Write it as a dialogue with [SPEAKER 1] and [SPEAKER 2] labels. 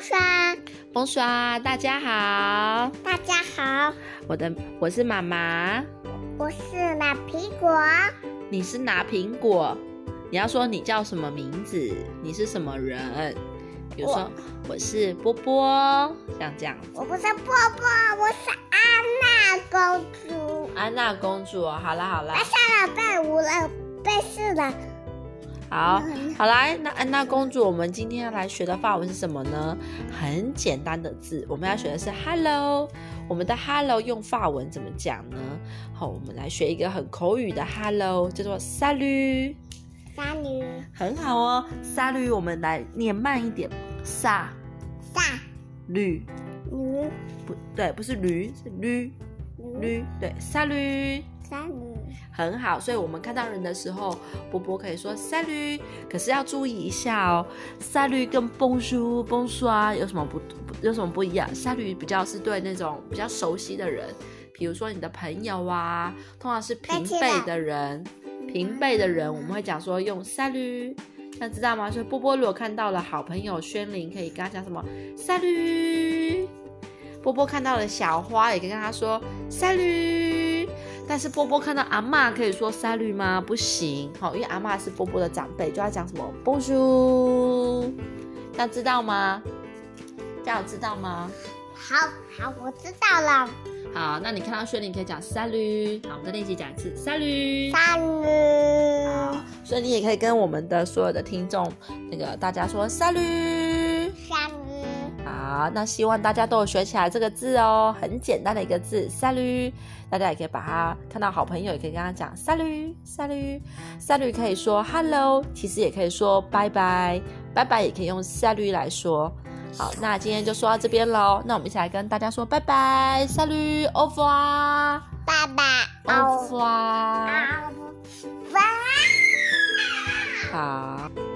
[SPEAKER 1] 刷，
[SPEAKER 2] 蹦刷，大家好，
[SPEAKER 1] 大家好，
[SPEAKER 2] 我的我是妈妈，
[SPEAKER 1] 我是蓝苹果，
[SPEAKER 2] 你是哪苹果？你要说你叫什么名字，你是什么人？比如说我是波波，像这样子。
[SPEAKER 1] 我不是波波，我是安娜公主。
[SPEAKER 2] 安娜公主、哦，好啦好啦
[SPEAKER 1] 啊，，算了，被五了，被四了。
[SPEAKER 2] 好好啦，那安娜公主，我们今天要来学的法文是什么呢？很简单的字，我们要学的是 hello。我们的 hello 用法文怎么讲呢？好，我们来学一个很口语的 hello，叫做 salut。
[SPEAKER 1] 傻女，
[SPEAKER 2] 很好哦，salut，我们来念慢一点，sa
[SPEAKER 1] 傻
[SPEAKER 2] 绿
[SPEAKER 1] 女，
[SPEAKER 2] 不对，不是驴，是驴
[SPEAKER 1] 女，
[SPEAKER 2] 驴，对，salut。
[SPEAKER 1] 傻女，
[SPEAKER 2] 很好，所以我们看到人的时候，波波可以说 salut，可是要注意一下哦，salut 跟 bonjour、bonsoir 有什么不不有什么不一样？salut 比较是对那种比较熟悉的人，比如说你的朋友啊，通常是平辈的人，平辈的人我们会讲说用 salut。那知道吗？所以波波如果看到了好朋友轩林，可以跟他讲什么 salut。波波看到了小花，也可以跟他说 salut。但是波波看到阿嬷可以说 salut 吗？不行，哦好，因为阿嬷是波波的长辈，就要讲什么 bonjour。这样知道吗？这样有知道吗？
[SPEAKER 1] 好好，我知道了，
[SPEAKER 2] 好，那你看到轩林可以讲 salut。好，我们再练习讲一次 salut。
[SPEAKER 1] 傻女，
[SPEAKER 2] 所以你也可以跟我们的所有的听众，那个大家说 salut。
[SPEAKER 1] 傻女。
[SPEAKER 2] 好，那希望大家都有学起来这个字哦，很简单的一个字，salut。大家也可以把它看到好朋友，也可以跟他讲 salut，salut，salut 可以说 hello，其实也可以说拜拜，拜拜也可以用 salut 来说。好，那今天就说到这边喽，那我们一起来跟大家说拜拜，salut，au revoir，au
[SPEAKER 1] 爸爸，哦，
[SPEAKER 2] revoir，
[SPEAKER 1] 啊，晚安。
[SPEAKER 2] 好。